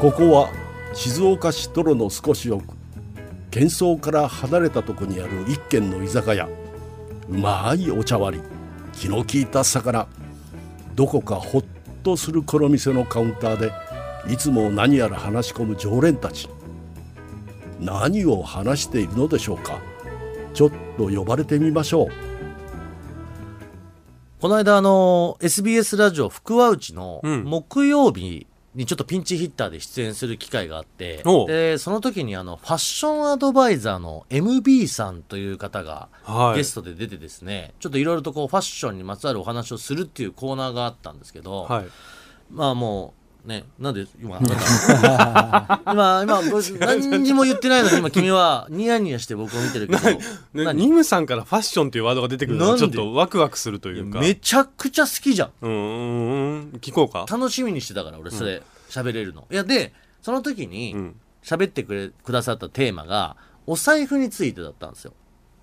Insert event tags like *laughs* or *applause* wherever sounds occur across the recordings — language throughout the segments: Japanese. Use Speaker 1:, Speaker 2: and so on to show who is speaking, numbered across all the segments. Speaker 1: ここは静岡市泥の少し奥喧騒から離れたとこにある一軒の居酒屋うまいお茶割り気の利いた魚どこかほっとするこの店のカウンターでいつも何やら話し込む常連たち何を話しているのでしょうかちょっと呼ばれてみましょう
Speaker 2: この間あの SBS ラジオ福和内の
Speaker 3: うん
Speaker 2: 木曜日にちょっとピンチヒッターで出演する機会があって、
Speaker 3: おう
Speaker 2: でその時にあのファッションアドバイザーの MB さんという方が
Speaker 3: はい。
Speaker 2: ゲストで出てですね、ちょっといろいろとこうファッションにまつわるお話をするっていうコーナーがあったんですけど、
Speaker 3: はい。
Speaker 2: まあもうねなんで今あなた *laughs* 今今僕何にも言ってないのに今君はニヤニヤして僕を見てる
Speaker 3: *laughs*
Speaker 2: けど
Speaker 3: ね、
Speaker 2: 何
Speaker 3: ニムさんからファッションっていうワードが出てくるの
Speaker 2: な
Speaker 3: は
Speaker 2: ん
Speaker 3: ち
Speaker 2: で
Speaker 3: ょっとワクワクするというか。
Speaker 2: めちゃくちゃ好きじゃん
Speaker 3: うんうんうん。聞こうか。
Speaker 2: 楽しみにしてたから俺それ喋れるの、いやでその時
Speaker 3: う
Speaker 2: に
Speaker 3: ん。
Speaker 2: 喋ってくれくださったテーマがお財布についてだったんですよ、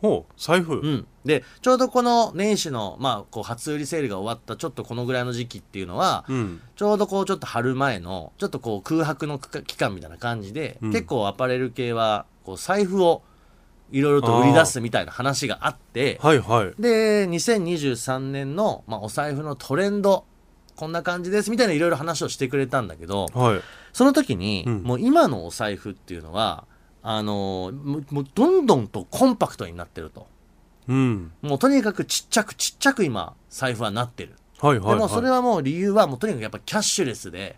Speaker 3: ほう、財布。
Speaker 2: うん、でちょうどこの年始の、まあ、こう初売りセールが終わったちょっとこのぐらいの時期っていうのは、
Speaker 3: うん。
Speaker 2: ちょうどこうちょっと春前のちょっとこう空白の区間期間みたいな感じで、
Speaker 3: うん
Speaker 2: 結構アパレル系はこう財布をいろいろと売り出すみたいな話があって
Speaker 3: はいはい。
Speaker 2: で2023年の、まあ、お財布のトレンドこんな感じですみたいないろいろ話をしてくれたんだけど
Speaker 3: はい。
Speaker 2: その時に、
Speaker 3: うん
Speaker 2: もう今のお財布っていうのはあのーもうもうどんどんとコンパクトになってると
Speaker 3: うん。
Speaker 2: もうとにかくちっちゃくちっちゃく今財布はなってる
Speaker 3: はいはい、はい。
Speaker 2: でもそれはもう理由はもうとにかくやっぱキャッシュレスで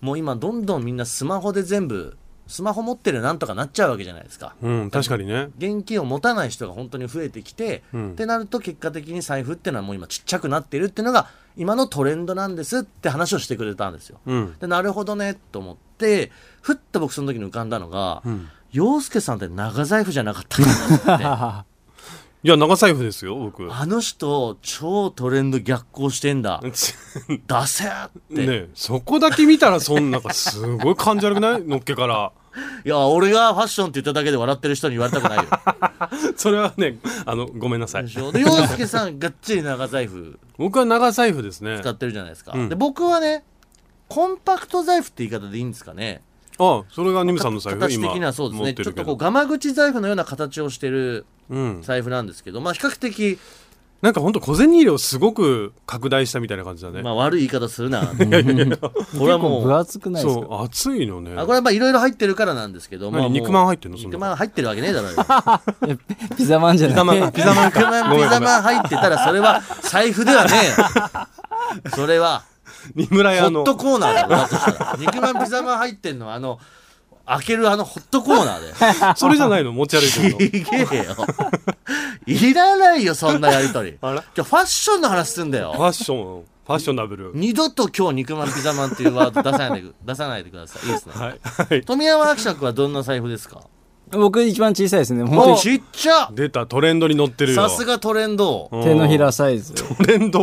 Speaker 2: もう今どんどんみんなスマホで全部スマホ持ってるなんとかなっちゃうわけじゃないですか
Speaker 3: うん、確かにね。
Speaker 2: 現金を持たない人が本当に増えてきて、
Speaker 3: うん
Speaker 2: ってなると結果的に財布ってのはもう今ちっちゃくなってるっていうのが今のトレンドなんですって話をしてくれたんですよ
Speaker 3: うん。
Speaker 2: でなるほどねと思ってふっと僕その時に浮かんだのが、
Speaker 3: うん。
Speaker 2: 洋介さんって長財布じゃなかったか
Speaker 3: *laughs*
Speaker 2: なって
Speaker 3: いや、長財布ですよ、僕。
Speaker 2: あの人超トレンド逆行してんだ出せーって、
Speaker 3: *laughs* ねそこだけ見たらそんなんかすごい感じ悪くない *laughs* のっけから。
Speaker 2: いや俺がファッションって言っただけで笑ってる人に言われたく
Speaker 3: *laughs*
Speaker 2: ないよ
Speaker 3: それはね、あの、ごめんなさい
Speaker 2: で。しょで洋介さんがっちり長財布
Speaker 3: 僕は長財布ですね。
Speaker 2: 使
Speaker 3: あ
Speaker 2: ってるじゃないですか、
Speaker 3: うん
Speaker 2: で僕はねコンパクト財布って言い方でいいんですかね
Speaker 3: あ、それがニムさんの財布
Speaker 2: 形
Speaker 3: 今
Speaker 2: 的にはそうです
Speaker 3: 持
Speaker 2: ね
Speaker 3: って
Speaker 2: ちょっ
Speaker 3: るけ
Speaker 2: と
Speaker 3: ど
Speaker 2: こうガマ口財布のような形をしてる
Speaker 3: うん。
Speaker 2: 財布なんですけど、まあ比較的、
Speaker 3: なんかほんと小銭入れをすごく拡大したみたいな感じだね。
Speaker 2: まあ、悪い言い方する
Speaker 3: *laughs*
Speaker 2: なこれはもう
Speaker 4: 分厚くないです
Speaker 3: そ
Speaker 4: か
Speaker 3: う、熱いのね。
Speaker 2: あこれはまあいろいろ入ってるからなんですけど、
Speaker 3: 何
Speaker 2: まあ、
Speaker 3: 肉まん入ってん
Speaker 2: る
Speaker 3: のそんな
Speaker 2: 肉まん入ってるわけねえだ
Speaker 3: *laughs*
Speaker 2: ろうよ
Speaker 4: ピザマンじゃ
Speaker 3: ピ
Speaker 4: な
Speaker 3: ザ
Speaker 4: い
Speaker 3: マン、ピザマン
Speaker 2: 肉
Speaker 3: か。
Speaker 2: まん
Speaker 3: ご
Speaker 2: ピ
Speaker 3: めんご
Speaker 2: ザ
Speaker 3: めん。
Speaker 2: マン入ってたらそれは財布ではねえよそれ
Speaker 3: *laughs*
Speaker 2: は
Speaker 3: ニムラ
Speaker 2: ホ
Speaker 3: ヤの
Speaker 2: ッ。トコーナーだよだとしたら肉まんピザまん入ってんのはあの開けるあのホットコーナーだよ
Speaker 3: それじゃないの持ち歩い
Speaker 2: *laughs*
Speaker 3: てる
Speaker 2: いげえよ。いらないよ、そんなやりとり。
Speaker 3: あら
Speaker 2: じゃファッションの話すんだ
Speaker 3: の。フ
Speaker 2: よ。
Speaker 3: ァッション、ファッショナブル。
Speaker 2: 二度と今日肉まんピザまんっていうワード出さない
Speaker 3: *laughs*
Speaker 2: でく出さないでください。いいですね。
Speaker 3: はい。はい。
Speaker 2: 富山伯爵はどんな財布ですか
Speaker 4: 僕一番小さいですね
Speaker 2: お
Speaker 4: 本
Speaker 2: ちっちゃ
Speaker 3: 出た、トレンドに乗ってる
Speaker 2: さ
Speaker 3: よ。
Speaker 2: すがトレンド
Speaker 3: う
Speaker 4: 当
Speaker 3: ん
Speaker 4: に手のひら。サイズ
Speaker 3: トレンド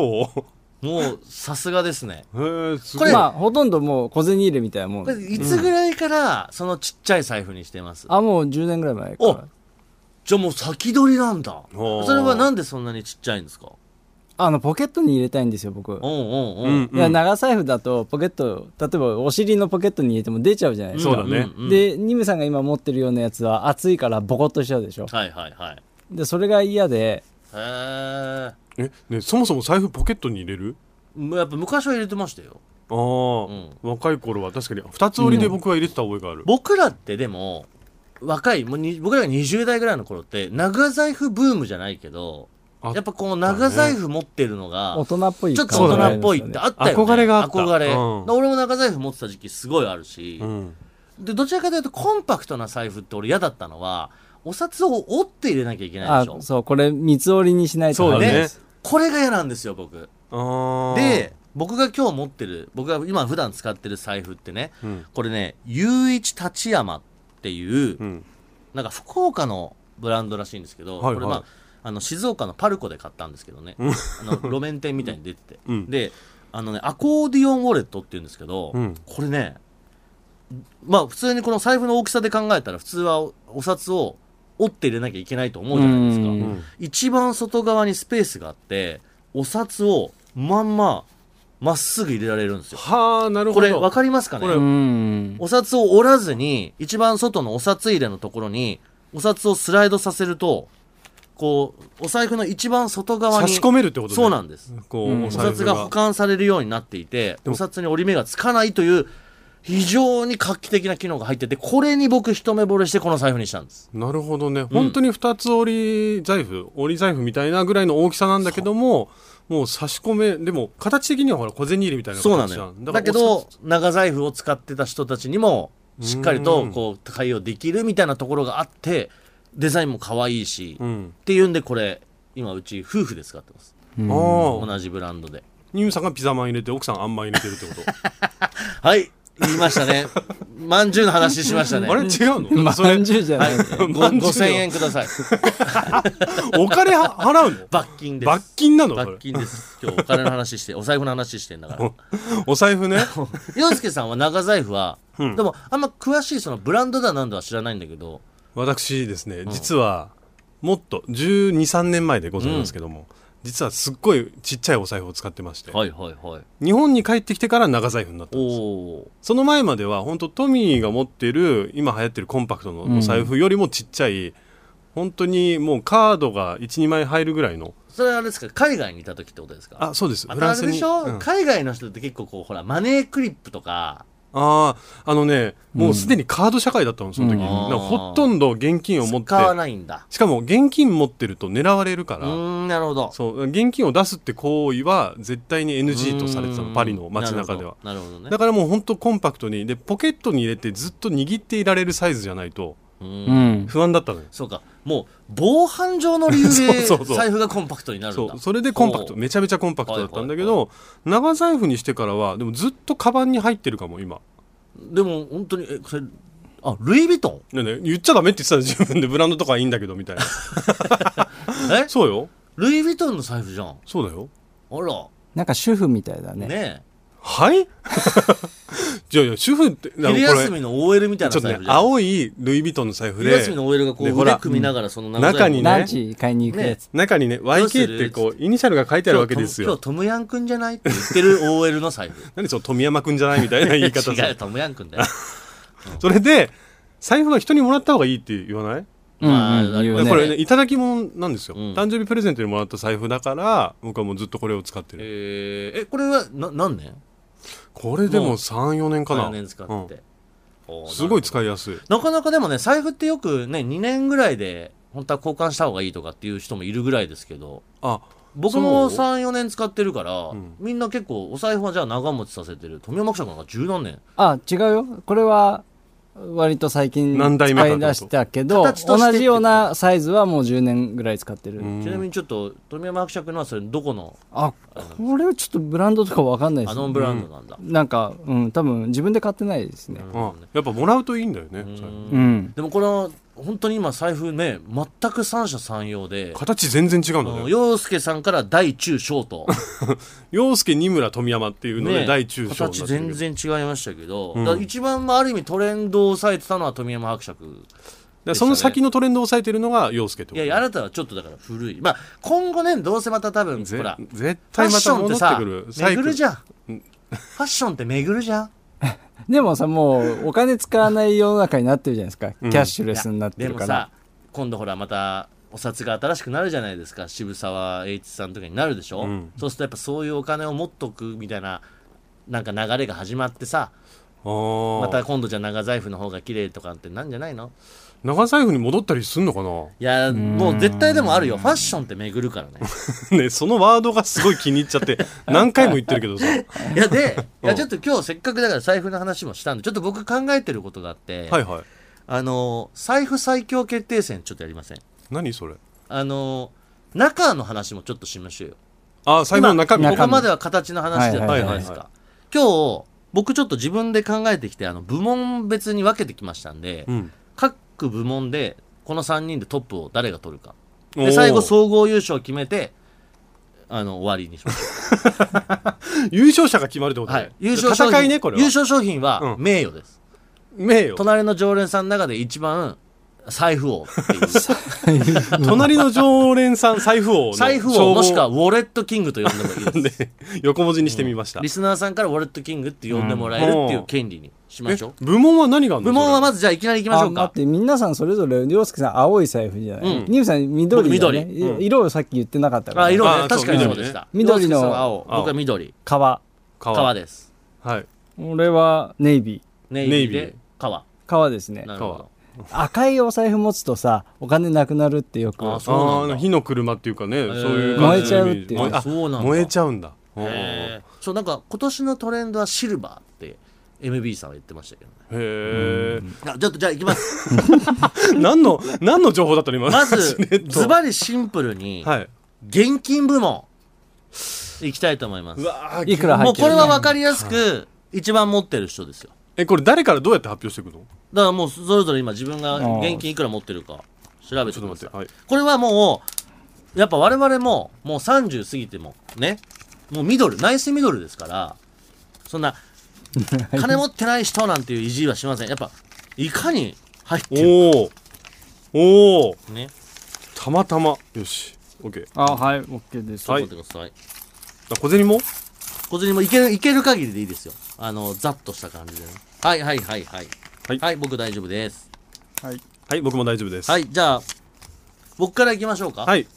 Speaker 2: もうさすがですね。
Speaker 3: へえ、す
Speaker 2: こ
Speaker 3: ごい
Speaker 2: れ。
Speaker 4: まあほとんどもう小銭入れみたいなもん
Speaker 2: これいつぐらいからそのちっちゃい財布にしてます
Speaker 4: あもう10年ぐらい前か
Speaker 2: お
Speaker 4: ら
Speaker 2: じゃあもう先取りなんだ。
Speaker 3: おー
Speaker 2: それはなんでそんなにちっちゃいんですか
Speaker 4: あのポケットに入れたいんですよ僕
Speaker 2: うんうん
Speaker 3: う
Speaker 2: うんん。
Speaker 4: いや
Speaker 3: うん。
Speaker 4: 長財布だとポケット例えばお尻のポケットに入れても出ちゃうじゃないです
Speaker 3: そう
Speaker 4: か、
Speaker 3: だね
Speaker 2: うんうん
Speaker 4: でニムさんが今持ってるようなやつは熱いからボコッとしちゃうでしょ
Speaker 2: はいはいはい。
Speaker 4: でそれが嫌で
Speaker 2: へえ。
Speaker 3: え、ね、そもそも財布ポケットに入れる
Speaker 2: もうやっぱ昔は入れてましたよ。
Speaker 3: ああ、若い頃は確かに、二つ折りで僕は入れてた覚えがある。
Speaker 2: 僕らってでも若いもうに僕らが20代ぐらいの頃って長財布ブームじゃないけど
Speaker 3: あ
Speaker 2: やっぱこう長財布持ってるのが、
Speaker 4: 大人っぽい
Speaker 2: ちょっ
Speaker 4: 感じ
Speaker 2: と
Speaker 4: に
Speaker 2: 大人
Speaker 4: なり
Speaker 2: っ
Speaker 4: ま
Speaker 2: ぽ
Speaker 4: す
Speaker 2: い
Speaker 4: よ
Speaker 2: っ
Speaker 4: ね
Speaker 2: てあったよ、ね、
Speaker 3: 憧れがあった
Speaker 2: 憧れ、
Speaker 3: うん
Speaker 2: 俺も長財布持ってた時期すごいあるし、
Speaker 3: うん。
Speaker 2: でどちらかというとコンパクトな財布って俺嫌だったのはお札を折って入れなきゃいけないでしょ
Speaker 4: あそうこれ三つ折りにしないと
Speaker 3: そうだ
Speaker 4: 入らないで
Speaker 3: ね
Speaker 4: す。
Speaker 2: これが嫌なんですよ僕
Speaker 3: ああ。、
Speaker 2: で僕が今日持ってる僕が今普段使ってる財布ってね
Speaker 3: うん。
Speaker 2: これね雄一立山っていう、
Speaker 3: うん。
Speaker 2: なんか福岡のブランドらしいんですけど、
Speaker 3: はいはい
Speaker 2: これまああの静岡のパルコで買ったんですけどね、あの路面店みたいに出てて、
Speaker 3: *laughs* うん
Speaker 2: であのねアコーディオンウォレットっていうんですけど、
Speaker 3: うん
Speaker 2: これねまあ普通にこの財布の大きさで考えたら普通はおお札を折って入れなきゃいけないと思うじゃないですか、
Speaker 4: うん
Speaker 3: うん。
Speaker 2: 一番外側にスペースがあってお札をまんままっすぐ入れられるんですよ
Speaker 3: はあなる
Speaker 2: こ
Speaker 3: ほ
Speaker 2: れ
Speaker 3: ど
Speaker 2: わかりますかね
Speaker 3: これ
Speaker 4: うん
Speaker 2: お札を折らずに一番外のお札入れのところにお札をスライドさせるとこうお財布の一番外側
Speaker 3: 差
Speaker 2: に
Speaker 3: し込めるってことね
Speaker 2: そうなんです
Speaker 3: こ
Speaker 4: うん
Speaker 3: うお
Speaker 2: お
Speaker 3: 財
Speaker 2: 札
Speaker 3: 布
Speaker 2: が保管されるようになっていて
Speaker 3: でも
Speaker 2: お札に折り目がつかないという非常に画期的な機能が入っててこれに僕一目惚れしてこの財布にしたんです
Speaker 3: なるほどね、本当に二つ折り財布折り財布みたいなぐらいの大きさなんだけどももう差し込めでも形的にはほら小銭入れみたいな
Speaker 2: そうな
Speaker 3: 形
Speaker 2: の
Speaker 3: じゃ
Speaker 2: よ
Speaker 3: ん
Speaker 2: だ
Speaker 3: から
Speaker 2: けど長財布を使ってた人たちにもしっかり
Speaker 3: う
Speaker 2: と
Speaker 3: ん
Speaker 2: こう対応できるみたいなところがあってデザインも可愛いし、
Speaker 3: う
Speaker 2: っ
Speaker 3: ん、
Speaker 2: ていうんでこれ今うち夫婦で使ってます
Speaker 3: ああ
Speaker 2: 同じブランドで
Speaker 3: ニューさんがピザマン入れて奥さんあんまん入れてるってこと
Speaker 2: *laughs* はい言いました
Speaker 3: *laughs*
Speaker 2: ねまんじゅうの話しましたね
Speaker 3: あれ違うの
Speaker 4: ま
Speaker 3: *laughs* それ
Speaker 4: んじゅうじゃ
Speaker 2: は
Speaker 4: ないい、
Speaker 2: ご5000円ください
Speaker 3: お金は払うの
Speaker 2: 罰金です
Speaker 3: 罰金なのそれ
Speaker 2: 罰金です今日お金の話してお財布の話してんだ
Speaker 3: *laughs*
Speaker 2: から
Speaker 3: お財
Speaker 2: *laughs*
Speaker 3: 布ね
Speaker 2: 洋介さんは長財布は、
Speaker 3: うん
Speaker 2: でもあんま詳しいそのブランドだなんだは知らないんだけど
Speaker 3: 私ですね実はもっと1 2 3年前でございますけども、実はすっごいちっちゃいお財布を使ってまして、
Speaker 2: はいはいはい
Speaker 3: 日本に帰ってきてから長財布になったんです
Speaker 2: おお
Speaker 3: その前までは本当トミーが持ってる今流行ってるコンパクトのお財布よりもちっちゃい、本当にもうカードが12枚入るぐらいの
Speaker 2: それはあれですか海外にいた時ってことですか
Speaker 3: あそうです
Speaker 2: あ
Speaker 3: フ
Speaker 2: と
Speaker 3: ラ
Speaker 2: あ
Speaker 3: ンス
Speaker 2: れで
Speaker 3: に
Speaker 2: しょ、
Speaker 3: うんあ
Speaker 2: 海外の人って結構こうほらマネークリップとか
Speaker 3: ああのねもうすでにカード社会だったのその時、
Speaker 4: うん
Speaker 3: なんかほとんど現金を持って
Speaker 2: 使わないんだ
Speaker 3: しかも現金持ってると狙われるか
Speaker 2: う
Speaker 3: ら、
Speaker 2: ーんなるほど
Speaker 3: そう現金を出すって行為は絶対に NG とされて
Speaker 2: う
Speaker 3: た
Speaker 2: ー
Speaker 3: の
Speaker 2: ん
Speaker 3: パリの街中では
Speaker 2: なるほどなるほどね
Speaker 3: だからもう本当コンパクトにでポケットに入れてずっと握っていられるサイズじゃないと
Speaker 2: *laughs* うーん
Speaker 4: うん、
Speaker 3: 不安だったのよ
Speaker 2: そうかもう防犯上の理由
Speaker 3: *laughs* そうそうそ
Speaker 2: で
Speaker 3: う
Speaker 2: 財布がコンパクトになるんだ
Speaker 3: そうそれでコンパクト
Speaker 2: ほう
Speaker 3: めちゃめちゃコンパクトだったんだけど、
Speaker 2: は
Speaker 3: 長財布にしてからはでもずっとカバンに入ってるかも今、
Speaker 2: でも本当にえそれあルイ・ヴィトン
Speaker 3: ねね言っちゃダメって言ってたの自分でブランドとかはいいんだけど
Speaker 2: *laughs*
Speaker 3: みたいな
Speaker 2: え
Speaker 3: そうよ
Speaker 2: ルイ・ヴィトンの財布じゃんあ
Speaker 3: そうだよ
Speaker 2: ら
Speaker 4: なんか主婦みたいだね
Speaker 2: ね
Speaker 3: はい *laughs* じゃあいや主婦って
Speaker 2: え昼
Speaker 3: だからこ
Speaker 2: 休
Speaker 3: れ
Speaker 2: みの OL みたい
Speaker 3: ちょ
Speaker 2: な
Speaker 3: っ
Speaker 2: 財
Speaker 3: と
Speaker 2: 布
Speaker 3: ね
Speaker 2: じゃん
Speaker 3: 青いルイ・ヴィトンの財布
Speaker 2: 昼
Speaker 3: で
Speaker 2: 休みの OL がこう
Speaker 3: ねほ
Speaker 2: 腕
Speaker 3: ら
Speaker 2: 組みながらその
Speaker 3: 中にね
Speaker 4: ランチ買いに行くやつ、
Speaker 3: 中にね
Speaker 2: どうする
Speaker 3: YK ってこうイニシャルが書いてあるわけです
Speaker 2: 今
Speaker 3: よ
Speaker 2: 日トムヤンくんじゃないって言ってる OL の財布
Speaker 3: 何その富山くんじゃないみたい *laughs* な言い方
Speaker 2: *laughs*
Speaker 3: す
Speaker 2: 違う
Speaker 3: る
Speaker 2: トムヤンくん
Speaker 3: *laughs*
Speaker 2: だよ、
Speaker 3: それで財布は人にもらった方がいいって言わない
Speaker 4: うん
Speaker 2: まあ
Speaker 4: うん、言うね
Speaker 3: これねいただき物なんですよ、
Speaker 2: うん
Speaker 3: 誕生日プレゼントにもらった財布だから僕はもうずっとこれを使ってる
Speaker 2: えー、えこれはな何年
Speaker 3: これで
Speaker 2: もう
Speaker 3: も34年かな
Speaker 2: 何年使って、
Speaker 3: うん
Speaker 2: おー
Speaker 3: すごい
Speaker 2: なる
Speaker 3: 使いやすい
Speaker 2: ほどなかなかでもね財布ってよくね2年ぐらいで本当は交換した方がいいとかっていう人もいるぐらいですけど
Speaker 3: あ
Speaker 2: 僕も
Speaker 3: そう
Speaker 2: 34年使ってるから、
Speaker 3: ん
Speaker 2: みんな結構お財布はじゃあ長持ちさせてる富山記者君が十何年
Speaker 4: あ違うよこれは割と最近
Speaker 3: 何代目か
Speaker 4: 使
Speaker 3: って
Speaker 4: い
Speaker 3: こと
Speaker 4: 出したけど
Speaker 2: 形としてって
Speaker 4: 同
Speaker 2: こと
Speaker 4: じようなサイズはもう10年ぐらい使ってる、
Speaker 3: うん
Speaker 2: ちなみにちょっと富山伯爵のはそれどこの
Speaker 4: あこれはちょっとブランドとかわかんないで
Speaker 2: あ
Speaker 4: す
Speaker 2: の
Speaker 4: ね
Speaker 2: ブランドなんだ、
Speaker 4: なんかうん多分自分で買ってないですね
Speaker 3: あやっぱもらうといいんだよね財布
Speaker 4: うん、
Speaker 2: でもこの本当に今財布ね全く三者三様で
Speaker 3: 形全然違うんだ
Speaker 2: あの
Speaker 3: ね
Speaker 2: 洋介さんから大中小
Speaker 3: *laughs*
Speaker 2: と
Speaker 3: 洋介二村富山っていうので大中小にな
Speaker 2: 形
Speaker 3: ってるけど
Speaker 2: 全然違いましたけど、
Speaker 3: うん
Speaker 2: だから一番まあある意味トレンドを抑えてたのは富山伯爵
Speaker 3: だからその先のトレンドを抑えてるのが洋介ってこと
Speaker 2: いやいやあなたはちょっとだから古いまあ今後ねどうせまた多分
Speaker 3: ぜ
Speaker 2: ほら
Speaker 3: 絶
Speaker 2: ファ
Speaker 3: 対
Speaker 2: ッ
Speaker 3: ま
Speaker 2: シ
Speaker 3: た
Speaker 2: ョンっ
Speaker 3: 戻
Speaker 2: て
Speaker 3: って
Speaker 2: さ
Speaker 3: くるサイク
Speaker 2: 巡
Speaker 3: ル
Speaker 2: るじゃんファッションって巡るじゃん
Speaker 4: でもさもうお金使わない世の中になってるじゃないですか、
Speaker 3: うん
Speaker 4: キャッシュレスになって
Speaker 2: で
Speaker 4: る
Speaker 2: も
Speaker 4: から
Speaker 2: さ今度ほらまたお札が新しくなるじゃないですか渋沢栄一さんとかになるでしょ、
Speaker 3: うん
Speaker 2: そうするとやっぱそういうお金を持っとくみたいななんか流れが始まってさ
Speaker 3: あー
Speaker 2: また今度じゃあ長財布の方が綺麗とかってなんじゃないの
Speaker 3: 長財布に戻ったりすんのかない *laughs*
Speaker 2: やもう絶対でもあるよファッションって巡るからね
Speaker 3: ねそのワードがすごい気に入っちゃって何回も言ってる
Speaker 2: *laughs*
Speaker 3: けどさはい
Speaker 2: や
Speaker 3: *laughs*
Speaker 2: でいやちょっと今日せっかくだから財布の話もしたんでちょっと僕考えてることがあって、
Speaker 3: いはい
Speaker 2: あの財布最強決定戦ちょっとやりません
Speaker 3: 何それ
Speaker 2: あの中の話もちょっとしましょうよ
Speaker 3: あ財布の中身
Speaker 4: 今
Speaker 2: ここまでは形の話だったじゃないです
Speaker 3: はいはいはいは
Speaker 2: か。今日、僕ちょっと自分で考えてきて、あの、部門別に分けてきましたんで、
Speaker 3: うん
Speaker 2: 各部門で、この3人でトップを誰が取るか。
Speaker 3: おー
Speaker 2: で、最後、総合優勝を決めて、あの、終わりにしま
Speaker 3: *laughs*
Speaker 2: しょ
Speaker 3: 優勝者が決まるってこ
Speaker 2: う。
Speaker 3: と
Speaker 2: は
Speaker 3: ね、
Speaker 2: い。優勝商品。
Speaker 3: 戦いねこれは
Speaker 2: 優勝商品は
Speaker 3: う、ん
Speaker 2: 名誉です。
Speaker 3: 名誉
Speaker 2: 隣の常連さんの中で一番、財布王って
Speaker 3: *laughs*
Speaker 2: いう。
Speaker 3: *laughs* 隣の常連さん財布王
Speaker 2: *laughs*
Speaker 3: の
Speaker 2: 財布
Speaker 3: 称
Speaker 2: 王
Speaker 3: 号
Speaker 2: もしくはウォレットキングと呼んでもい
Speaker 3: *laughs*
Speaker 2: いです。
Speaker 3: で横文字にしてみました、
Speaker 2: リスナーさんからウォレットキングって呼んでもらえるっていう権利にしま
Speaker 3: え
Speaker 2: しょう。
Speaker 3: 部門は何があるの
Speaker 2: 部門は
Speaker 3: それ
Speaker 2: まずじゃあいきなり行きまし
Speaker 4: あ
Speaker 2: ょう
Speaker 4: 待
Speaker 2: か
Speaker 4: っ。て皆さんそれぞれ涼介さん青い財布じゃない、
Speaker 2: うん
Speaker 4: ニムさん緑,、ね、
Speaker 2: 僕緑
Speaker 4: い色をさっき言ってなかったから、
Speaker 2: あ、色
Speaker 3: あ
Speaker 2: ね
Speaker 3: そ。う
Speaker 2: 確かにそうでした。
Speaker 4: 緑ね緑の
Speaker 2: 洋輔さんは青。
Speaker 3: 青
Speaker 2: 僕は緑。
Speaker 4: 革
Speaker 2: 川
Speaker 3: 川
Speaker 2: です。
Speaker 3: はい
Speaker 4: 俺はネイビー
Speaker 2: ネイビー
Speaker 3: ネイビ
Speaker 2: で
Speaker 3: ー
Speaker 2: 川。
Speaker 4: 革ですね
Speaker 2: なるほ
Speaker 4: 赤いお財布持つとさお金なくなるってよく
Speaker 2: ど。あ、
Speaker 3: ああ
Speaker 2: そう
Speaker 3: ー
Speaker 2: な
Speaker 3: の
Speaker 2: ん
Speaker 3: 火の車っていうかね、
Speaker 2: ー
Speaker 3: そういう感じのイメージ
Speaker 4: 燃えちゃうっていう
Speaker 3: あ
Speaker 2: だ。そうなんだ。
Speaker 3: 燃えちゃうんだおーへ
Speaker 2: へーそうなんか今年のトレンドはシルバーって MB さんは言ってましたけどね
Speaker 3: え
Speaker 2: あちょっとじゃあいきます
Speaker 3: *laughs* 何の何の情報だったの今
Speaker 2: ま
Speaker 3: し
Speaker 2: ず
Speaker 3: れっと
Speaker 2: ズバリシンプルに
Speaker 3: はい
Speaker 2: 現金部門いきたいと思います
Speaker 3: うわー
Speaker 4: いくら入
Speaker 2: も
Speaker 4: っ
Speaker 2: う
Speaker 4: て
Speaker 2: こ
Speaker 4: る
Speaker 2: れは分かりやすく一番持ってる人ですよ
Speaker 3: えこれ誰からどうやって発表していくの
Speaker 2: だからもうそれぞれ今自分が現金いくら持ってるか調べ
Speaker 3: ち
Speaker 2: て
Speaker 3: ょっと
Speaker 2: くだ
Speaker 3: 待
Speaker 2: さ
Speaker 3: っ
Speaker 2: い
Speaker 3: てはい
Speaker 2: これはもうやっぱ我々ももう30過ぎてもねもうミドルナイスミドルですからそん
Speaker 3: *laughs*
Speaker 2: な金持ってない人なんていう意地はしませんやっぱいかに入ってる
Speaker 3: おおおお
Speaker 2: かね
Speaker 3: たまたまよしオッケー
Speaker 4: あはい OK です
Speaker 2: ちょっと待ってください、
Speaker 3: あ小銭も
Speaker 2: 小銭もいけるいける限りでいいですよあのざっとした感じでねはいはいはいはい
Speaker 3: はい
Speaker 2: 僕大丈夫です
Speaker 3: はい僕も大丈夫です
Speaker 2: はいじゃあ僕からいきましょうか、、
Speaker 3: はいい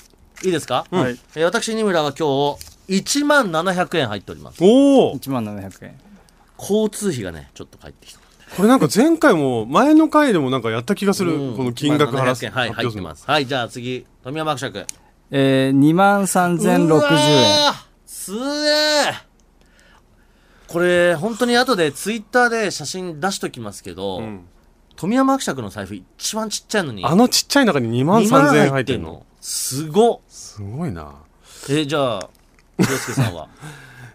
Speaker 2: いですか、
Speaker 3: うん
Speaker 4: はい
Speaker 2: えー私二村は今日1万700円入っております
Speaker 3: おお
Speaker 4: 1万700円
Speaker 2: 交通費がねちょっと返ってきた
Speaker 3: これなんか前回も前の回でもなんかやった気がする
Speaker 2: うん
Speaker 3: この金額払
Speaker 2: 1万700円はい入ってますすはいじゃあ次富山伯爵
Speaker 4: えー、2万3060円
Speaker 2: すげえこれ本当に後でツイッターで写真出しときますけど、
Speaker 3: うん
Speaker 2: 富山伯爵の財布一番ちっちゃいのに
Speaker 3: あのちっちゃい中に2万
Speaker 2: 2万
Speaker 3: 3000円入ってるの
Speaker 2: すごっ
Speaker 3: すごいな
Speaker 2: えじゃあ洋介さん
Speaker 3: *laughs*
Speaker 2: は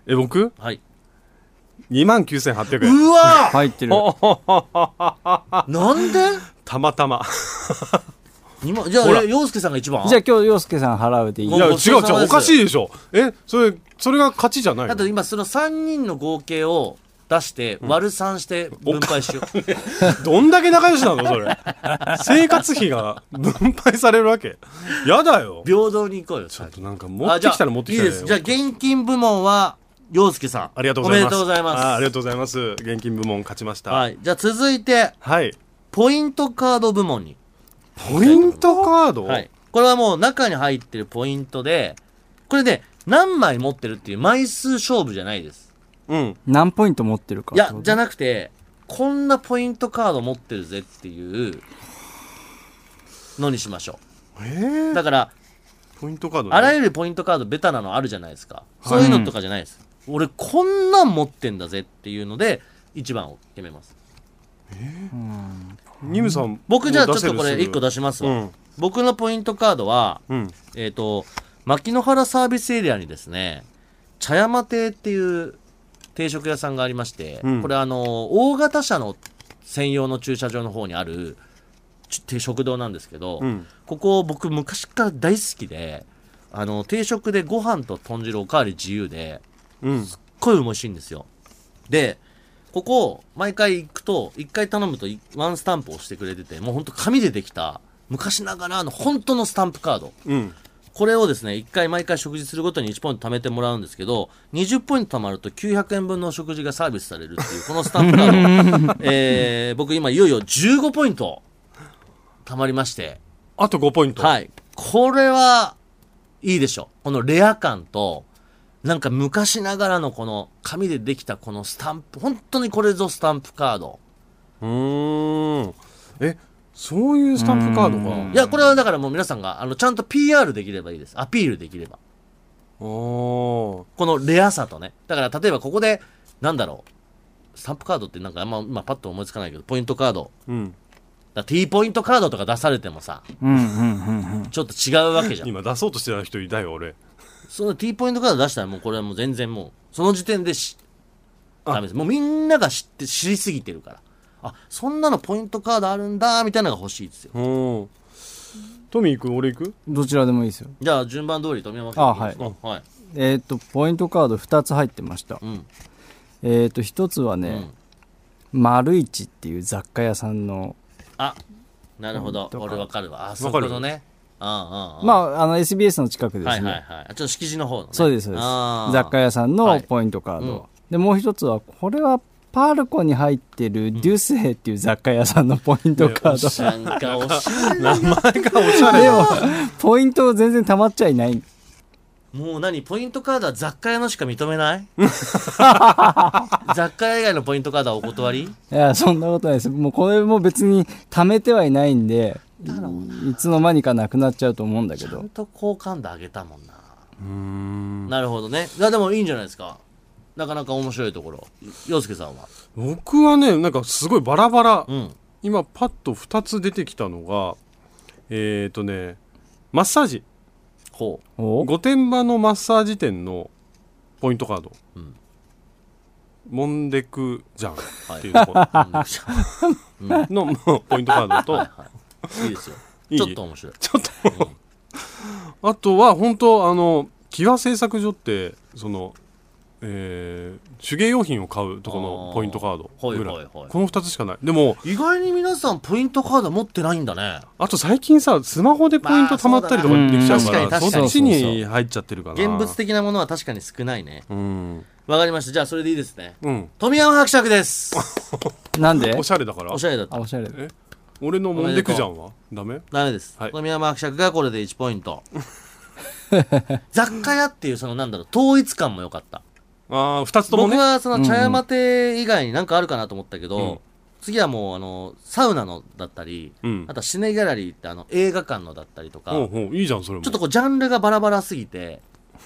Speaker 3: え僕
Speaker 2: はい
Speaker 3: 2万9800円
Speaker 2: うわ
Speaker 4: 入ってる
Speaker 2: なんで
Speaker 3: たまたま
Speaker 2: 今じゃ
Speaker 3: ほら
Speaker 2: あ洋介さんが一番
Speaker 4: じゃあ今日洋介さん払うでいい
Speaker 3: い
Speaker 2: も
Speaker 3: や違う
Speaker 2: ごちそうさまで
Speaker 3: 違うお
Speaker 2: す
Speaker 3: かしいでしょえそれそれが勝ちじゃない
Speaker 2: あと
Speaker 3: の
Speaker 2: 今その3人の合計を出して割る3して分配しよう、
Speaker 3: どんだけ仲良しなのそれ生活費が分配されるわけやだよ
Speaker 2: 平等にいこうよ
Speaker 3: ちょっとなんか持ってきたら持ってきた
Speaker 2: あじゃあいいですじゃあ現金部門は洋介さん
Speaker 3: ありがとうございます。
Speaker 2: おめでとうございます
Speaker 3: あーありがとうございます。現金部門勝ちました。は。
Speaker 2: はいい、じゃあ続いてポイントカード部門に、
Speaker 3: ポイントカード、
Speaker 2: はい、これはもう中に入ってるポイントでこれで何枚持ってるっていう枚数勝負じゃないです
Speaker 3: うん。
Speaker 4: 何ポイント持ってるか
Speaker 2: いやじゃ
Speaker 4: な
Speaker 2: なくてこんなポイントカード持ってるぜっていうのにしましょ
Speaker 3: え
Speaker 2: う
Speaker 3: ー、
Speaker 2: だから
Speaker 3: ポイントカード、ね、
Speaker 2: あらゆるポイントカードベタなのあるじゃないですか、そういうのとかじゃないです、俺こんなん持ってんだぜっていうので1番を決めます
Speaker 3: ニムさん、
Speaker 2: 僕じゃあちょ
Speaker 3: もう
Speaker 2: っ
Speaker 3: 出せ
Speaker 2: と
Speaker 3: る
Speaker 2: これ1個出
Speaker 3: す
Speaker 2: します
Speaker 3: ぐ
Speaker 2: わ、
Speaker 3: うん。
Speaker 2: 僕のポイントカードは
Speaker 3: うん。
Speaker 2: えっ、と牧之原サービスエリアにですね茶山亭っていう定食屋さんがありまして、
Speaker 3: うん
Speaker 2: これあの大型車の専用の駐車場の方にあるち定食堂なんですけど、
Speaker 3: うん。
Speaker 2: ここ僕昔から大好きであの定食でご飯と豚汁おかわり自由で
Speaker 3: うん。
Speaker 2: すっごい美味しいんですよでここ毎回行くと1回頼むといワンスタンプをしてくれててもうほんと紙でできた昔ながらの本当のスタンプカード
Speaker 3: うん。
Speaker 2: これをですね1回毎回食事するごとに1ポイント貯めてもらうんですけど20ポイント貯まると900円分の食事がサービスされるっていうこのスタンプカード、えー僕今いよいよ15ポイント貯まりまして
Speaker 3: あと5ポイント。
Speaker 2: はい。これは、いいでしょう。このレア感と、なんか昔ながらのこの紙でできたこのスタンプ、本当にこれぞスタンプカード。
Speaker 3: うーん。え、そういうスタンプカードか。
Speaker 4: うん
Speaker 2: いや、これはだからもう皆さんが、あの、ちゃんと PR できればいいです。アピールできれば。
Speaker 3: おー。
Speaker 2: このレアさとね。だから例えばここで、なんだろう。スタンプカードってなんかあんま今パッと思いつかないけど、ポイントカード。
Speaker 3: うん。
Speaker 2: だ T ポイントカードとか出されてもさ、
Speaker 4: うんうんうんうん
Speaker 2: ちょっと違うわけじゃん。
Speaker 3: 今出そうとしてた人いたよ、俺。
Speaker 2: その T ポイントカード出したらもうこれはもう全然もう、その時点でし、
Speaker 3: あ
Speaker 2: ダメです。もうみんなが知って、知りすぎてるから。あ、そんなのポイントカードあるんだ、みたいなのが欲しいですよ。
Speaker 3: うん。トミー行く俺行く
Speaker 4: どちらでもいいですよ
Speaker 2: じゃあ順番通り富山君。
Speaker 4: あはい
Speaker 2: うんはい。
Speaker 4: えーっとポイントカード2つ入ってました
Speaker 2: うん。
Speaker 4: えーっと1つはね、丸一っていう雑貨屋さんの
Speaker 2: あ、なるほど。俺わかるわ。あ、そ
Speaker 3: わか
Speaker 2: こ
Speaker 3: る
Speaker 2: のね。うんうんうん。
Speaker 4: まあ、あの SBS の近くですね。
Speaker 2: はいはいはい。ちょっと敷地の方のね。
Speaker 4: そうです、そうです。
Speaker 2: あー
Speaker 4: 雑貨屋さん
Speaker 2: は
Speaker 4: の
Speaker 2: い
Speaker 4: ポイントカード。
Speaker 2: うん
Speaker 4: で、もう一つは、これはパルコに入ってるデュセイっていう雑貨屋さんのポイントカード。
Speaker 2: なんかおしゃれ。
Speaker 3: 名前がおしゃれ
Speaker 4: で
Speaker 3: な
Speaker 4: も、ポイント全然溜まっちゃいない。
Speaker 2: もう何ポイントカードは雑貨屋のしか認め
Speaker 4: *laughs*
Speaker 2: ない雑貨屋以外のポイントカードはお断り
Speaker 4: いや、そんなことないです。もうこれも別に貯めてはいないんで、いつの間にかなくなっちゃうと思うんだけ
Speaker 2: ちゃ
Speaker 4: ど
Speaker 2: ん。と好感度上げたもんな。
Speaker 3: うーん
Speaker 2: なるほどね。いや、でもいいんじゃないですか。なかなか面白いところ。洋介さんは。
Speaker 3: 僕はねなんかすごいバラバラ、
Speaker 2: うん。
Speaker 3: 今パッと2つ出てきたのがえっ、ー、とねマッサージ
Speaker 2: ほう。
Speaker 4: お
Speaker 3: 御殿場のマッサージ店のポイントカード、
Speaker 2: うん
Speaker 3: モンデクジャン
Speaker 2: はい
Speaker 3: っていうと
Speaker 2: *laughs*
Speaker 3: ころ
Speaker 2: うんはい
Speaker 3: のもうポイントカードと
Speaker 2: はい。いいです
Speaker 4: *laughs*
Speaker 2: よ。
Speaker 3: いい
Speaker 2: ちょっと面白い。
Speaker 3: ちょっと、あとは本当あのキワ製作所ってその、えー手芸用品を買うとこのポイントカード
Speaker 2: あーはい
Speaker 3: ぐらい
Speaker 2: はいはい
Speaker 3: この2つしかないでも
Speaker 2: 意外に皆さんポイントカード持ってないんだね。
Speaker 3: あと最近さスマホでポイント貯まったりとかできちゃうから、
Speaker 2: まあそうだなうん確かに確か
Speaker 3: そ
Speaker 2: に
Speaker 3: っちに入っちゃってるかな
Speaker 2: 現物的なものは確かに少ないね。
Speaker 3: うん、
Speaker 2: わかりました。じゃあそれでいいですね。
Speaker 3: うん、
Speaker 2: 富山伯爵です。
Speaker 4: なんで
Speaker 3: おしゃれだから
Speaker 2: おしゃれだった
Speaker 4: あ、。おしゃれ。
Speaker 3: 俺のモンデクジャンはダメ
Speaker 2: ダメです。
Speaker 3: はい
Speaker 2: 富山伯爵がこれで1ポイン
Speaker 3: *laughs*
Speaker 2: ト。雑貨屋っていうそのなんだろう、統一感も良かった。
Speaker 3: ああ2つとも
Speaker 2: 僕
Speaker 3: ね
Speaker 2: はその茶山亭以外に何かあるかなと思ったけど、
Speaker 3: うん
Speaker 2: 次はもうあの、サウナのだったり、
Speaker 3: うん
Speaker 2: あとはシネギャラリーってあの映画館のだったりとか、
Speaker 3: ほうほういいじゃんそれも
Speaker 2: ちょっとこうジャンルがバラバラすぎて、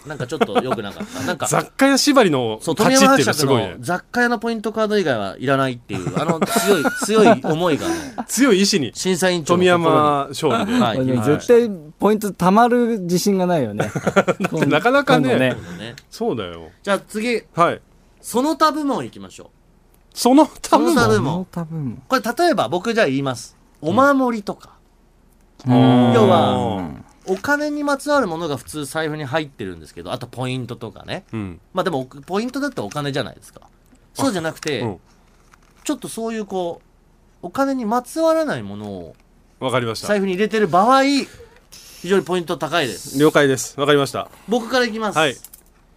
Speaker 2: なんかちょっと良くなかった。なん
Speaker 3: *laughs*
Speaker 2: か、
Speaker 3: 雑貨屋縛りの
Speaker 2: そう、
Speaker 3: 立
Speaker 2: 富
Speaker 3: ちっ
Speaker 2: 山伯
Speaker 3: ていうのはす
Speaker 2: 爵
Speaker 3: ごいね
Speaker 2: の雑貨屋のポイントカード以外はいらないっていう、あの強い、強い思いがね、
Speaker 3: *laughs* 強い
Speaker 2: *laughs*
Speaker 3: 意志に
Speaker 2: 審査委員長の
Speaker 3: 富
Speaker 2: 心に
Speaker 3: 山勝 *laughs* 利で、
Speaker 2: はい
Speaker 4: でも
Speaker 2: はい
Speaker 4: 絶対ポイント貯まる自信がない
Speaker 2: *laughs*
Speaker 4: よね。
Speaker 3: なかなかね
Speaker 4: 今度
Speaker 2: ね
Speaker 3: そうだよ
Speaker 2: じゃあ次、
Speaker 3: はい
Speaker 2: その他部門行きましょ
Speaker 3: そのため
Speaker 2: その他
Speaker 3: の
Speaker 2: で
Speaker 4: こ
Speaker 2: も
Speaker 4: の多分も
Speaker 2: う。これ例えば僕じゃあ言います。お守りとか、要はお金にまつわるものが普通財布に入ってるんですけど、あとポイントとかね。
Speaker 3: うん
Speaker 2: まあでもおポイントだってお金じゃないですか。そうじゃなくて、
Speaker 3: うん
Speaker 2: ちょっとそういうこう、お金にまつわらないものを
Speaker 3: わかりました
Speaker 2: 財布に入れてる場合、非常にポイント高いです。
Speaker 3: 了解ですわかりました
Speaker 2: 僕からいきます。
Speaker 3: はい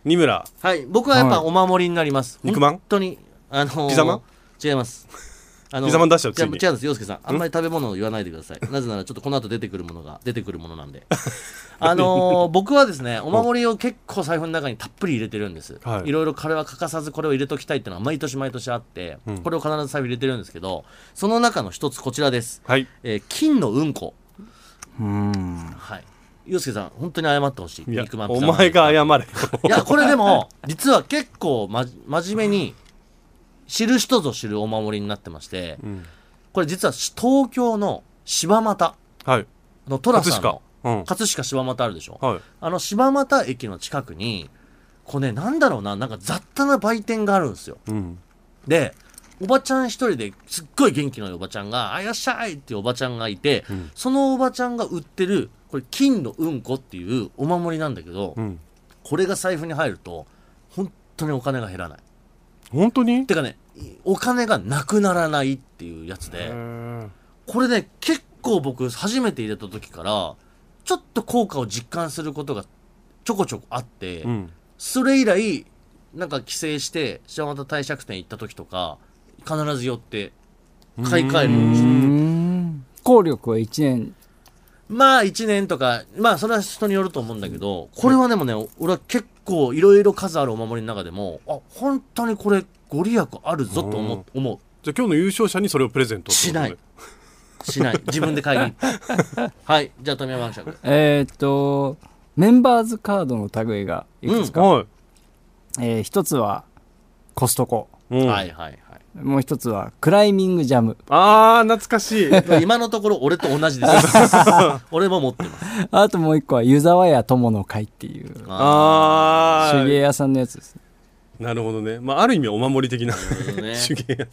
Speaker 3: 二村
Speaker 2: はい、僕はやっぱ
Speaker 4: は
Speaker 2: お守りになります。
Speaker 3: 肉まん
Speaker 2: 本当に、あのー
Speaker 3: ピザまん
Speaker 2: 違います。あ
Speaker 3: ピザまん出しちゃう
Speaker 2: 違う
Speaker 3: ついに
Speaker 2: 違うんです、洋介さん。あんまり食べ物を言わないでください。
Speaker 3: *laughs*
Speaker 2: なぜなら、ちょっとこの後出てくるものが、出てくるものなんで。あのー僕はですね、お守りを結構財布の中にたっぷり入れてるんです。
Speaker 3: はい
Speaker 2: いろいろこれは欠かさずこれを入れときたいっていうのは毎年毎年あって、
Speaker 3: ん
Speaker 2: これを必ず財布入れてるんですけど、その中の一つこちらです。
Speaker 3: はい
Speaker 2: えー金のうんこ。
Speaker 4: ううん。
Speaker 2: はい。洋介さん、本当に謝ってほしい。
Speaker 3: いや
Speaker 2: 肉まんピ
Speaker 3: お
Speaker 2: ザまん
Speaker 3: 前 *laughs* が謝れ
Speaker 2: いや、これでも、実は結構、ま、真面目に、知る人ぞ知るお守りになってまして、
Speaker 3: ん
Speaker 2: これ実は東京の柴又
Speaker 3: はい
Speaker 2: のトラさん
Speaker 3: 葛
Speaker 2: の、
Speaker 3: 飾うん
Speaker 2: 葛飾柴又あるでしょ、
Speaker 3: はい
Speaker 2: あの柴又駅の近くに、これね、なんだろうな、なんか雑多な売店があるんですよ。
Speaker 3: うん
Speaker 2: で、おばちゃん一人ですっごい元気のいいおばちゃんが、あ、いらっしゃいっていうおばちゃんがいて、そのおばちゃんが売ってる、これ金のうんこっていうお守りなんだけど、
Speaker 3: うん
Speaker 2: これが財布に入ると本当にお金が減らない
Speaker 3: 本当に
Speaker 2: てかねいお金がなくならないっていうやつ
Speaker 3: へ
Speaker 2: で
Speaker 3: ー
Speaker 2: これね結構僕初めて入れた時からちょっと効果を実感することがちょこちょこあって、
Speaker 3: うん
Speaker 2: それ以来なんか帰省して柴又帝釈店行った時とか必ず寄って買い替えるようにしてる
Speaker 4: うん。効力は1年。
Speaker 2: まあ1年とか、まあそれは人によると思うんだけど、これはでもね、俺は結構いろいろ数あるお守りの中でも、あ、本当にこれご利益あるぞと思う。思
Speaker 3: じゃあ今日の優勝者にそれをプレゼン
Speaker 2: う
Speaker 3: トって
Speaker 2: し
Speaker 3: こと
Speaker 2: な
Speaker 3: で
Speaker 2: い。しない。自分で買いに行った。はい。じゃあ富山伯爵。
Speaker 4: えーっと、メンバーズカードの類がいくつか。
Speaker 3: は
Speaker 4: えー一つはコストコ。
Speaker 3: いうん
Speaker 2: はいはい
Speaker 4: もう一つはクライミングジャム。
Speaker 3: あー懐かし
Speaker 2: *laughs*
Speaker 3: い
Speaker 2: はい。今のところ俺と同じです。俺も持ってます。
Speaker 4: あともう一個は湯沢屋友の会っていう
Speaker 3: あ
Speaker 4: 手
Speaker 3: ー
Speaker 4: 芸屋さんのやつですね。
Speaker 3: なるほどね。まあ、ある意味お守り的な
Speaker 2: なるほどね
Speaker 3: *laughs* 手芸屋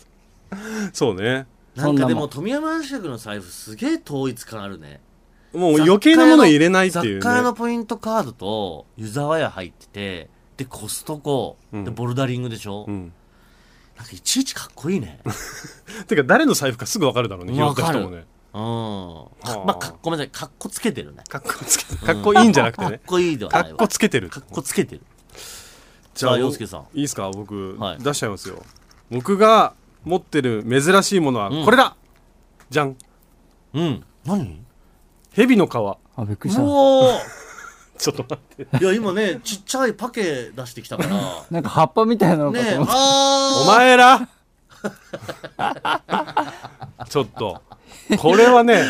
Speaker 3: そうね。
Speaker 2: なんかで
Speaker 4: そんなも
Speaker 2: も
Speaker 4: ん
Speaker 2: 富山伯爵の財布すげえ統一感あるね。
Speaker 3: もう余計なもの入れないっていう
Speaker 2: 雑貨屋の
Speaker 3: ね。
Speaker 2: ポイントカードと湯沢屋入ってて、で、コストコ、で、ボルダリングでしょ、
Speaker 3: うん。
Speaker 2: なんかいちいちかっこいいね。
Speaker 3: てか、誰の財布かすぐわかるだろうね。
Speaker 2: わかる
Speaker 3: 拾った人もね。
Speaker 2: うん。まあ、かごめんなさい、かっこつけてるね。
Speaker 3: かっこつけてかっこいいんじゃなくて
Speaker 2: かっ
Speaker 3: ね
Speaker 2: こいい *laughs* では
Speaker 3: か
Speaker 2: ない
Speaker 3: っ
Speaker 2: わ。
Speaker 3: こつけてる
Speaker 2: かっこつけてる。
Speaker 3: じ
Speaker 2: じ
Speaker 3: ゃ
Speaker 2: ゃ
Speaker 3: あ
Speaker 2: あ、洋介さん。
Speaker 3: いいですか僕、
Speaker 2: はい
Speaker 3: 出しちゃいますよ僕が持ってる珍しいものは
Speaker 2: うん
Speaker 3: これだ、じゃん
Speaker 2: うん。何
Speaker 3: 蛇の皮ちょ
Speaker 4: あ、びっく
Speaker 2: う
Speaker 4: りした。
Speaker 2: おー
Speaker 3: っと待って
Speaker 2: いや、今ね、ちっちゃいパケ出してき
Speaker 3: *laughs*
Speaker 2: たから。
Speaker 4: なんか葉っぱみたいなのか
Speaker 2: ね
Speaker 4: と
Speaker 2: え
Speaker 4: 思っ、
Speaker 2: あー
Speaker 3: お
Speaker 2: *laughs*
Speaker 3: 前らちょっとこれはね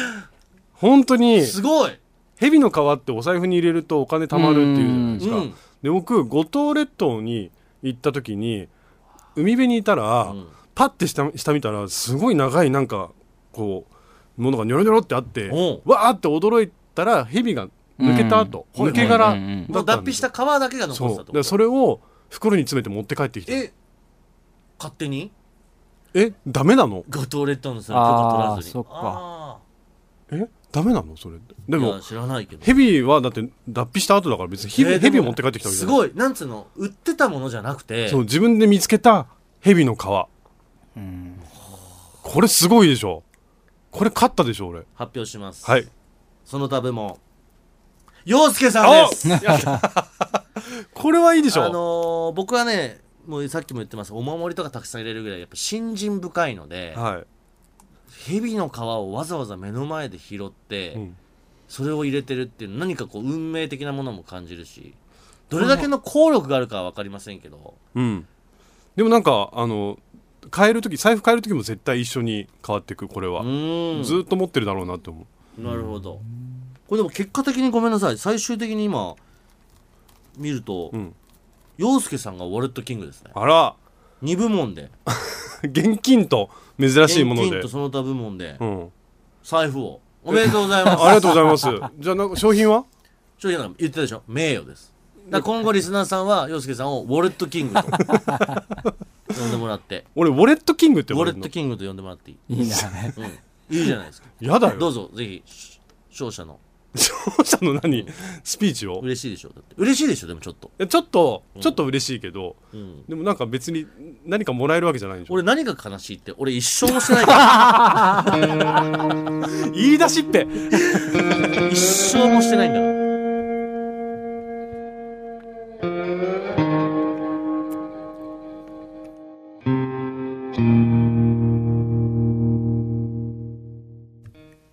Speaker 3: 本当に
Speaker 2: すごい
Speaker 3: 蛇の皮ってお財布に入れるとお金貯まるっていうじゃないですか、
Speaker 2: うん
Speaker 3: で僕五島列島に行った時に海辺にいたら、
Speaker 2: ん
Speaker 3: パッて下下見たらすごい長いなんかこうものがニョロニョロってあって
Speaker 2: おう
Speaker 3: わーって驚いたら蛇が抜けた後、
Speaker 2: うん
Speaker 3: 抜け殻だった
Speaker 4: うんうんうん
Speaker 3: んです
Speaker 2: も
Speaker 3: よ
Speaker 2: う脱皮した皮だけが残ってた
Speaker 3: そうだ
Speaker 2: って
Speaker 3: か
Speaker 2: こ
Speaker 3: ら
Speaker 2: と
Speaker 3: それを袋に詰めて持って帰ってきて
Speaker 2: え勝手に
Speaker 3: えダメなの
Speaker 2: 五島列島の人の許可取らずに
Speaker 4: あーそっか
Speaker 2: あ
Speaker 3: えダメなのそれってで
Speaker 2: ーい
Speaker 3: も
Speaker 2: や知らないけど
Speaker 3: 蛇はだって脱皮した後だから別に蛇,、
Speaker 2: えーでも
Speaker 3: 蛇を持って帰ってきたわけ
Speaker 2: す
Speaker 3: じゃない
Speaker 2: ごいなんつうの売ってたものじゃなくて
Speaker 3: そう自分で見つけた蛇の皮これすごいでしょこれ勝ったでしょ俺
Speaker 2: 発表します
Speaker 3: はい
Speaker 2: その食べ物洋介さん
Speaker 3: *laughs*
Speaker 2: ですあ
Speaker 3: これはいいでしょ
Speaker 2: のー僕はねもうさっきも言ってますお守りとかたくさん入れるぐらいやっぱ信心深いので
Speaker 3: は
Speaker 2: 蛇の皮をわざわざ目の前で拾って、
Speaker 3: い、うん
Speaker 2: それを入れてるっていう何かこう運命的なものも感じるしどれだけの効力があるかは分かりませんけど
Speaker 3: うんでもなんかあの変える時財布変える時も絶対一緒に変わっていくこれ
Speaker 2: う
Speaker 3: は、
Speaker 2: ーん
Speaker 3: ずーっと持ってるだろうなって思う
Speaker 2: なるほどこれでも結果的にごめんなさい最終的に今見ると、
Speaker 3: うん
Speaker 2: 洋介さんがウォレットキングですね
Speaker 3: あら
Speaker 2: 2部門で
Speaker 3: 現金と珍しいもので
Speaker 2: 現金とその他部門で
Speaker 3: うん、
Speaker 2: 財布をおめでとうございます
Speaker 3: ありがとうござ
Speaker 2: *laughs*
Speaker 3: いますじゃあなんか商品は
Speaker 2: ちょい言ったでしょ名誉ですだから今後リスナーさんは洋介さんをウォレットキ
Speaker 3: *laughs*
Speaker 2: ングと呼んでもらって
Speaker 3: 俺ウォレットキングって
Speaker 2: ウ
Speaker 3: 呼ば
Speaker 2: ォ
Speaker 3: れ
Speaker 2: レ
Speaker 3: る
Speaker 2: ッ
Speaker 3: の
Speaker 2: トキングと呼んでもらっていい、
Speaker 4: た。 *laughs* いいな。
Speaker 2: うん、いいじゃないですか
Speaker 3: やだ
Speaker 2: どう
Speaker 3: よ
Speaker 2: ぞぜひし勝者の
Speaker 3: 勝者の何スピーチを
Speaker 2: 嬉しいでしょだって嬉しいでしょでもちょっと、
Speaker 3: えちょっとちょっと嬉しいけど、
Speaker 2: うん、
Speaker 3: でもなんか別に何かもらえるわけじゃないんでしょ
Speaker 2: 俺何が悲しいって俺一生もしてない *laughs* から
Speaker 3: 言い出しっぺ
Speaker 2: 一生もしてないんだから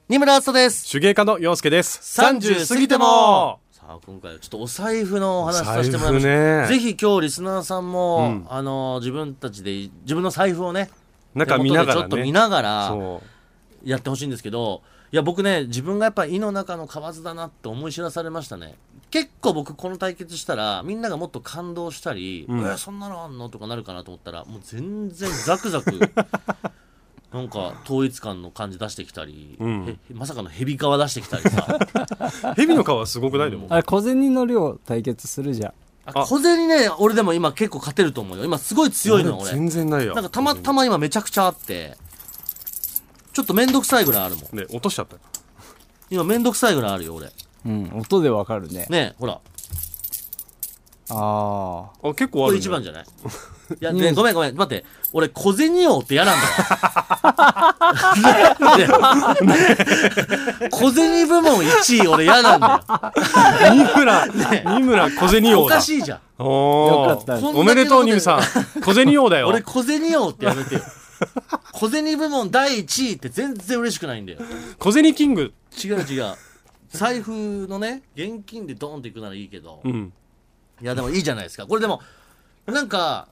Speaker 2: 二村敦人です
Speaker 3: 手芸家の洋介です
Speaker 2: 30過ぎてもさあ今回はちょっとお財布のお話させてもらいました、
Speaker 3: 財布ね
Speaker 2: ぜひ今日リスナーさん
Speaker 3: う
Speaker 2: も
Speaker 3: ん、
Speaker 2: あの自分たちで自分の財布をね
Speaker 3: 中見なが
Speaker 2: 手
Speaker 3: ら
Speaker 2: 元でちょっと見
Speaker 3: ね
Speaker 2: ながら
Speaker 3: そう
Speaker 2: やってほしいんですけどいや僕ね自分がやっぱり胃の中の蛙だなって思い知らされましたね結構僕この対決したらみんながもっと感動したり、
Speaker 3: ん
Speaker 2: えーそんなのあんのとかなるかなと思ったらもう全然ザクザ
Speaker 3: *laughs*
Speaker 2: クなんか統一感の感じ出してきたり、
Speaker 3: うん
Speaker 2: へまさかの蛇皮出してきたりさ
Speaker 3: 蛇の皮はすごくないでも、
Speaker 4: あれ、小銭の量対決するじゃん。
Speaker 2: あ小銭ね俺でも今結構勝てると思うよ今すごい強いの俺
Speaker 3: 全然ないよ
Speaker 2: なんかたまたま今めちゃくちゃあってちょっとめんどくさいぐらいあるもん
Speaker 3: ね落としちゃった
Speaker 2: 今めんどくさいぐらいあるよ俺
Speaker 4: うん、音でわかるね。
Speaker 2: ねえほら
Speaker 4: ああ。
Speaker 3: あ結構
Speaker 2: こ
Speaker 3: あ
Speaker 2: れ
Speaker 3: る、ね、
Speaker 2: 一番じゃないいや、ね、ごめんごめん。待って。俺、小銭王って嫌なん
Speaker 3: *laughs*
Speaker 2: だわ。ね小銭部門1位俺嫌なんだよ。
Speaker 3: 三村、三村小銭王
Speaker 2: お
Speaker 3: だ
Speaker 2: かしいじゃん。
Speaker 3: おー
Speaker 4: よかった
Speaker 3: おめでとう
Speaker 2: こんだけ
Speaker 3: ニム
Speaker 2: の
Speaker 3: さ
Speaker 2: こ
Speaker 3: ん小銭王だよ
Speaker 2: 俺、小銭王ってやめてよ。小銭部門第1位って全然嬉しくないんだよ。
Speaker 3: 小銭キング
Speaker 2: 違う違う。財布のね、現金でドーンっていくならいいけど。
Speaker 3: うん
Speaker 2: いやでもいいじゃないですかこれでもなんか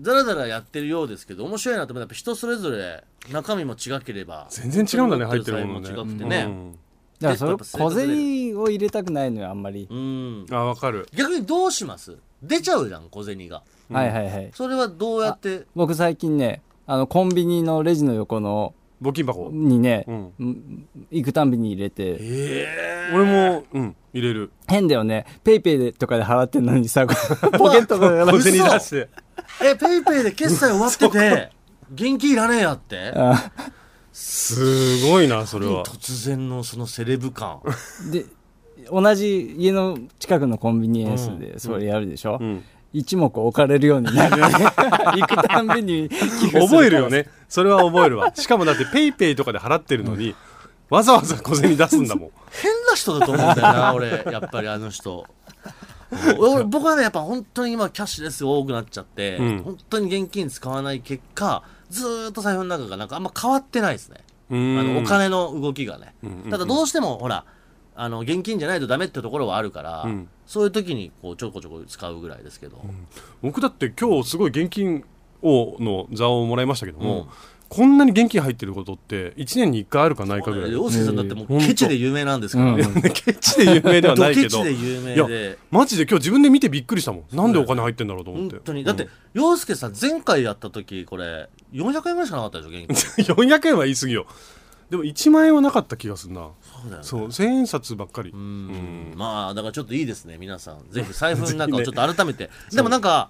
Speaker 2: ザラザラやってるようですけど面白いなと思ってやっぱ人それぞれ中身も違ければ
Speaker 3: 全然違うんだね入ってるも
Speaker 2: も
Speaker 3: の
Speaker 2: 違
Speaker 3: ね
Speaker 2: くてね
Speaker 4: だから
Speaker 2: 結
Speaker 4: それ、
Speaker 2: 構やっぱ生活レ
Speaker 4: 小
Speaker 2: ベル
Speaker 4: 銭を入れたくないのよ、あんまり
Speaker 2: う。ん、
Speaker 3: うんあわかる
Speaker 2: 逆にどうします出ちゃうじゃん小銭が
Speaker 4: はいはいはい。
Speaker 2: それはどうやって
Speaker 4: 僕最近ね、あの、コンビニのレジの横の、
Speaker 3: 募金箱
Speaker 4: にね
Speaker 3: う、ん
Speaker 4: うん行くたんびに入れて、
Speaker 3: 俺もうん入れる
Speaker 4: 変だよね。ペイペイでとかで払ってんのにさ、こうポケットから
Speaker 3: 小
Speaker 2: 嘘
Speaker 3: 銭出して
Speaker 2: えペイペイで決済終わってて現金いらねえやって
Speaker 4: あ
Speaker 3: すごいなそれは
Speaker 2: 突然のそのセレブ感
Speaker 4: で、同じ家の近くのコンビニエンス
Speaker 2: う
Speaker 4: でそれやるでしょ、
Speaker 3: うん
Speaker 4: 一目置かれるようになるよね。行くたんびに寄付す
Speaker 3: *laughs*
Speaker 2: *laughs*
Speaker 3: 覚えるよ。ねそれは覚えるわしかもだってペイペイとかで払ってるのにわざわざ小銭出すんだもん
Speaker 2: 変な人だと思うんだよ *laughs* な俺やっぱりあの人うん *laughs* 俺僕はねやっぱ本当に今キャッシュレス多くなっちゃって、
Speaker 3: うん
Speaker 2: 本当に現金使わない結果ずーっと財布の中がなんかあんま変わってないですね
Speaker 3: う
Speaker 2: あ
Speaker 3: ーん
Speaker 2: のお金の動きがね、
Speaker 3: んうん
Speaker 2: ただどうしてもほらあの現金じゃないとダメってところはあるから、
Speaker 3: ん
Speaker 2: そういう時にこうちょこちょこ使うぐらいですけど、
Speaker 3: 僕だって今日すごい現金をの座をもらいましたけど
Speaker 2: う
Speaker 3: も、
Speaker 2: ん
Speaker 3: こんなに現金入ってることって1年に1回あるかないかぐらい、
Speaker 2: 洋介さんだってもうケチで有名なんですから、
Speaker 4: う
Speaker 2: ね
Speaker 4: ん、
Speaker 3: *laughs* ケチで有名ではな
Speaker 2: ド
Speaker 3: いけ
Speaker 2: ケ
Speaker 3: ど
Speaker 2: チで有名
Speaker 3: いや
Speaker 2: で
Speaker 3: マジで今日自分で見てびっくりしたもんなんでお金入ってんだろうと思って
Speaker 2: 本当にだって、洋介さん前回やった時これ400円ぐらいしかなかったでしょ現金
Speaker 3: 400円は言い過ぎよでも1万円はなかった気がするな
Speaker 2: そうだよね
Speaker 3: そう千円札ばっかり
Speaker 2: うんまあだからちょっといいですね皆さんぜ
Speaker 3: *laughs*
Speaker 2: ひ財布の中をちょっと改めて、でもなんか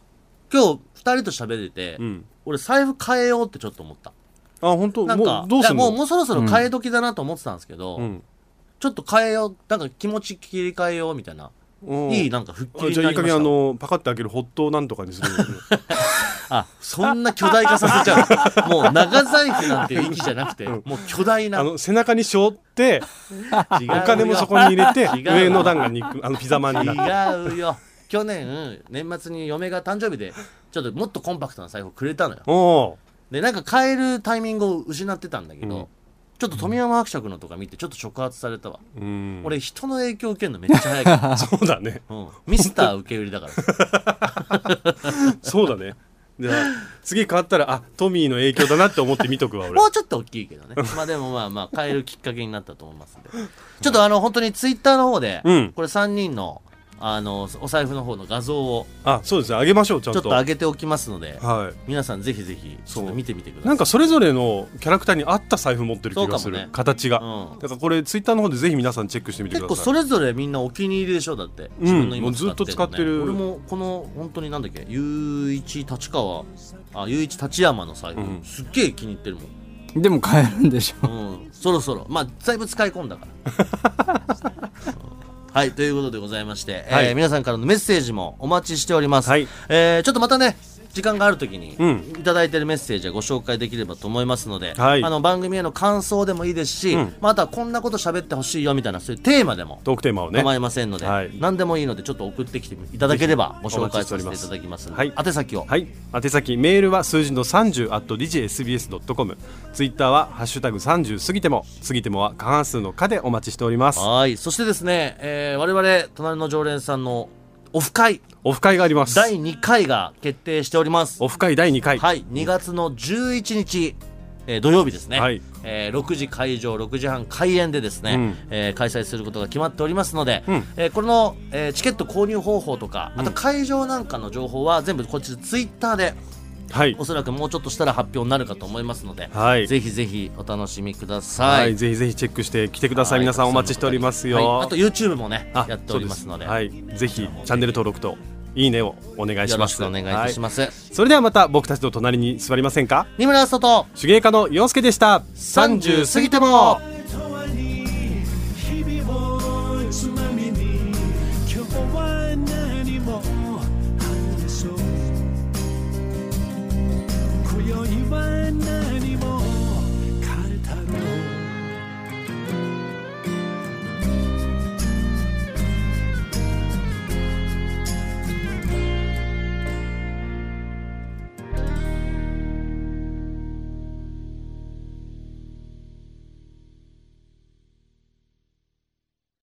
Speaker 2: 今日2人と喋れて、
Speaker 3: うん
Speaker 2: 俺財布変えようってちょっと思った
Speaker 3: あ本当
Speaker 2: なんか
Speaker 3: もうどうすん
Speaker 2: いやも
Speaker 3: の
Speaker 2: うもうそろそろ変え時だなと思ってたんですけど、
Speaker 3: うん
Speaker 2: ちょっと変えようなんか気持ち切り替えようみたいな、
Speaker 3: うん
Speaker 2: いいなんか復
Speaker 3: あ
Speaker 2: 帰に
Speaker 3: じゃあ
Speaker 2: ない
Speaker 3: い
Speaker 2: りま
Speaker 3: 加
Speaker 2: した
Speaker 3: 減あのパカッて開けるホットなんとかにする
Speaker 2: *laughs* あそんな巨大化させちゃ
Speaker 3: *laughs*
Speaker 2: うもう長財布なんていう域じゃなくて、もう巨大な
Speaker 3: あの背中に背負って
Speaker 2: 違う
Speaker 3: お
Speaker 2: よ
Speaker 3: 金もそこに入れて
Speaker 2: 違うよ
Speaker 3: 上の段が肉あのピザマンになって
Speaker 2: 違うよ去年年末に嫁が誕生日でちょっともっとコンパクトな財布をくれたのよ
Speaker 3: おお
Speaker 2: でなんか変えるタイミングを失ってたんだけど、
Speaker 3: うん
Speaker 2: ちょっと富山伯爵のとか見てちょっと触発されたわ、
Speaker 3: ーうん
Speaker 2: 俺人の影響受けるのめっちゃ早い
Speaker 3: *laughs*
Speaker 2: から、
Speaker 3: そうだね
Speaker 2: うん、ミスター受け売りだ
Speaker 3: *laughs*
Speaker 2: から
Speaker 3: そうだねじゃあ次変わったらあトミーの影響だなって思って見とくわ俺
Speaker 2: もうちょっと大きいけどねまあでもまあまあ変えるきっかけになったと思いますんでちょっとあの本当にツイッターの方で、
Speaker 3: うん
Speaker 2: これ3人のあのお財布の方の画像を
Speaker 3: あそうですねあげましょうちゃん
Speaker 2: ちょっ
Speaker 3: と
Speaker 2: と上げておきますので
Speaker 3: はい
Speaker 2: 皆さんぜひぜひちょっと見てみてください
Speaker 3: なんかそれぞれのキャラクターに合った財布持ってる気がす
Speaker 2: そ
Speaker 3: る、
Speaker 2: うかもね
Speaker 3: 形が、
Speaker 2: うん
Speaker 3: だからこれツイッターの方でぜひ皆さんチェックしてみて
Speaker 2: 結
Speaker 3: くださ
Speaker 2: 構
Speaker 3: い
Speaker 2: それぞれみんなお気に入りでしょだって
Speaker 3: んもうずっと使ってる
Speaker 2: 俺もこの本当になんだっけ雄一立川あ雄一立山の財布、
Speaker 3: うん
Speaker 2: すっげえ気に入ってるも
Speaker 4: でも買えるんでしょ
Speaker 2: ん、うん、そろそろまあだいぶ使い込んだから
Speaker 3: *laughs*
Speaker 2: うんはいということでございまして、えー
Speaker 3: はい
Speaker 2: 皆さんからのメッセージもお待ちしております、
Speaker 3: はい
Speaker 2: えーちょっとまたね時間があるときに
Speaker 3: うん
Speaker 2: いただいてるメッセージはご紹介できればと思いますので、
Speaker 3: はい
Speaker 2: あの番組への感想でもいいですし、
Speaker 3: ん
Speaker 2: またこんなこと喋ってほしいよみたいなそういうテーマでも
Speaker 3: トークテーマをね
Speaker 2: 構いませんので、
Speaker 3: はい
Speaker 2: 何でもいいのでちょっと送ってきていただければご紹介させていただきますので
Speaker 3: お待ちしております
Speaker 2: 宛先を、
Speaker 3: はい宛先メールは数字の30 at digsbs.com ツイッターは「ハッシュタグ #30 過ぎても」過ぎてもは過半数の「か」でお待ちしております
Speaker 2: はいそしてですね、えー、我々隣の常連さんのオフ会
Speaker 3: オフ会があります
Speaker 2: 第2回が決定しております
Speaker 3: オフ会第2回
Speaker 2: はい2月の11日、えー土曜日ですね、
Speaker 3: はい
Speaker 2: えー6時会場6時半開演でですね、
Speaker 3: うん
Speaker 2: えー開催することが決まっておりますので、
Speaker 3: うん
Speaker 2: えーこの、えーチケット購入方法とかあと会場なんかの情報は全部こっちらツイッターで
Speaker 3: はい
Speaker 2: おそらくもうちょっとしたら発表になるかと思いますので、
Speaker 3: はい
Speaker 2: ぜひぜひお楽しみくださ。
Speaker 3: はいいぜひぜひチェックしてきてください皆さんお待ちしておりますよ、
Speaker 2: はいあと YouTube もね、
Speaker 3: あ
Speaker 2: やっておりますので、
Speaker 3: そうすはい、ぜひチャンネル登録といいねをお願い
Speaker 2: よ
Speaker 3: し
Speaker 2: ろ
Speaker 3: ま
Speaker 2: し
Speaker 3: す
Speaker 2: くお願いいたし
Speaker 3: は
Speaker 2: ます。
Speaker 3: いそれではまた僕たちの隣に座りませんか
Speaker 2: 二村外、
Speaker 3: 手芸家の洋介でした
Speaker 2: 30過ぎても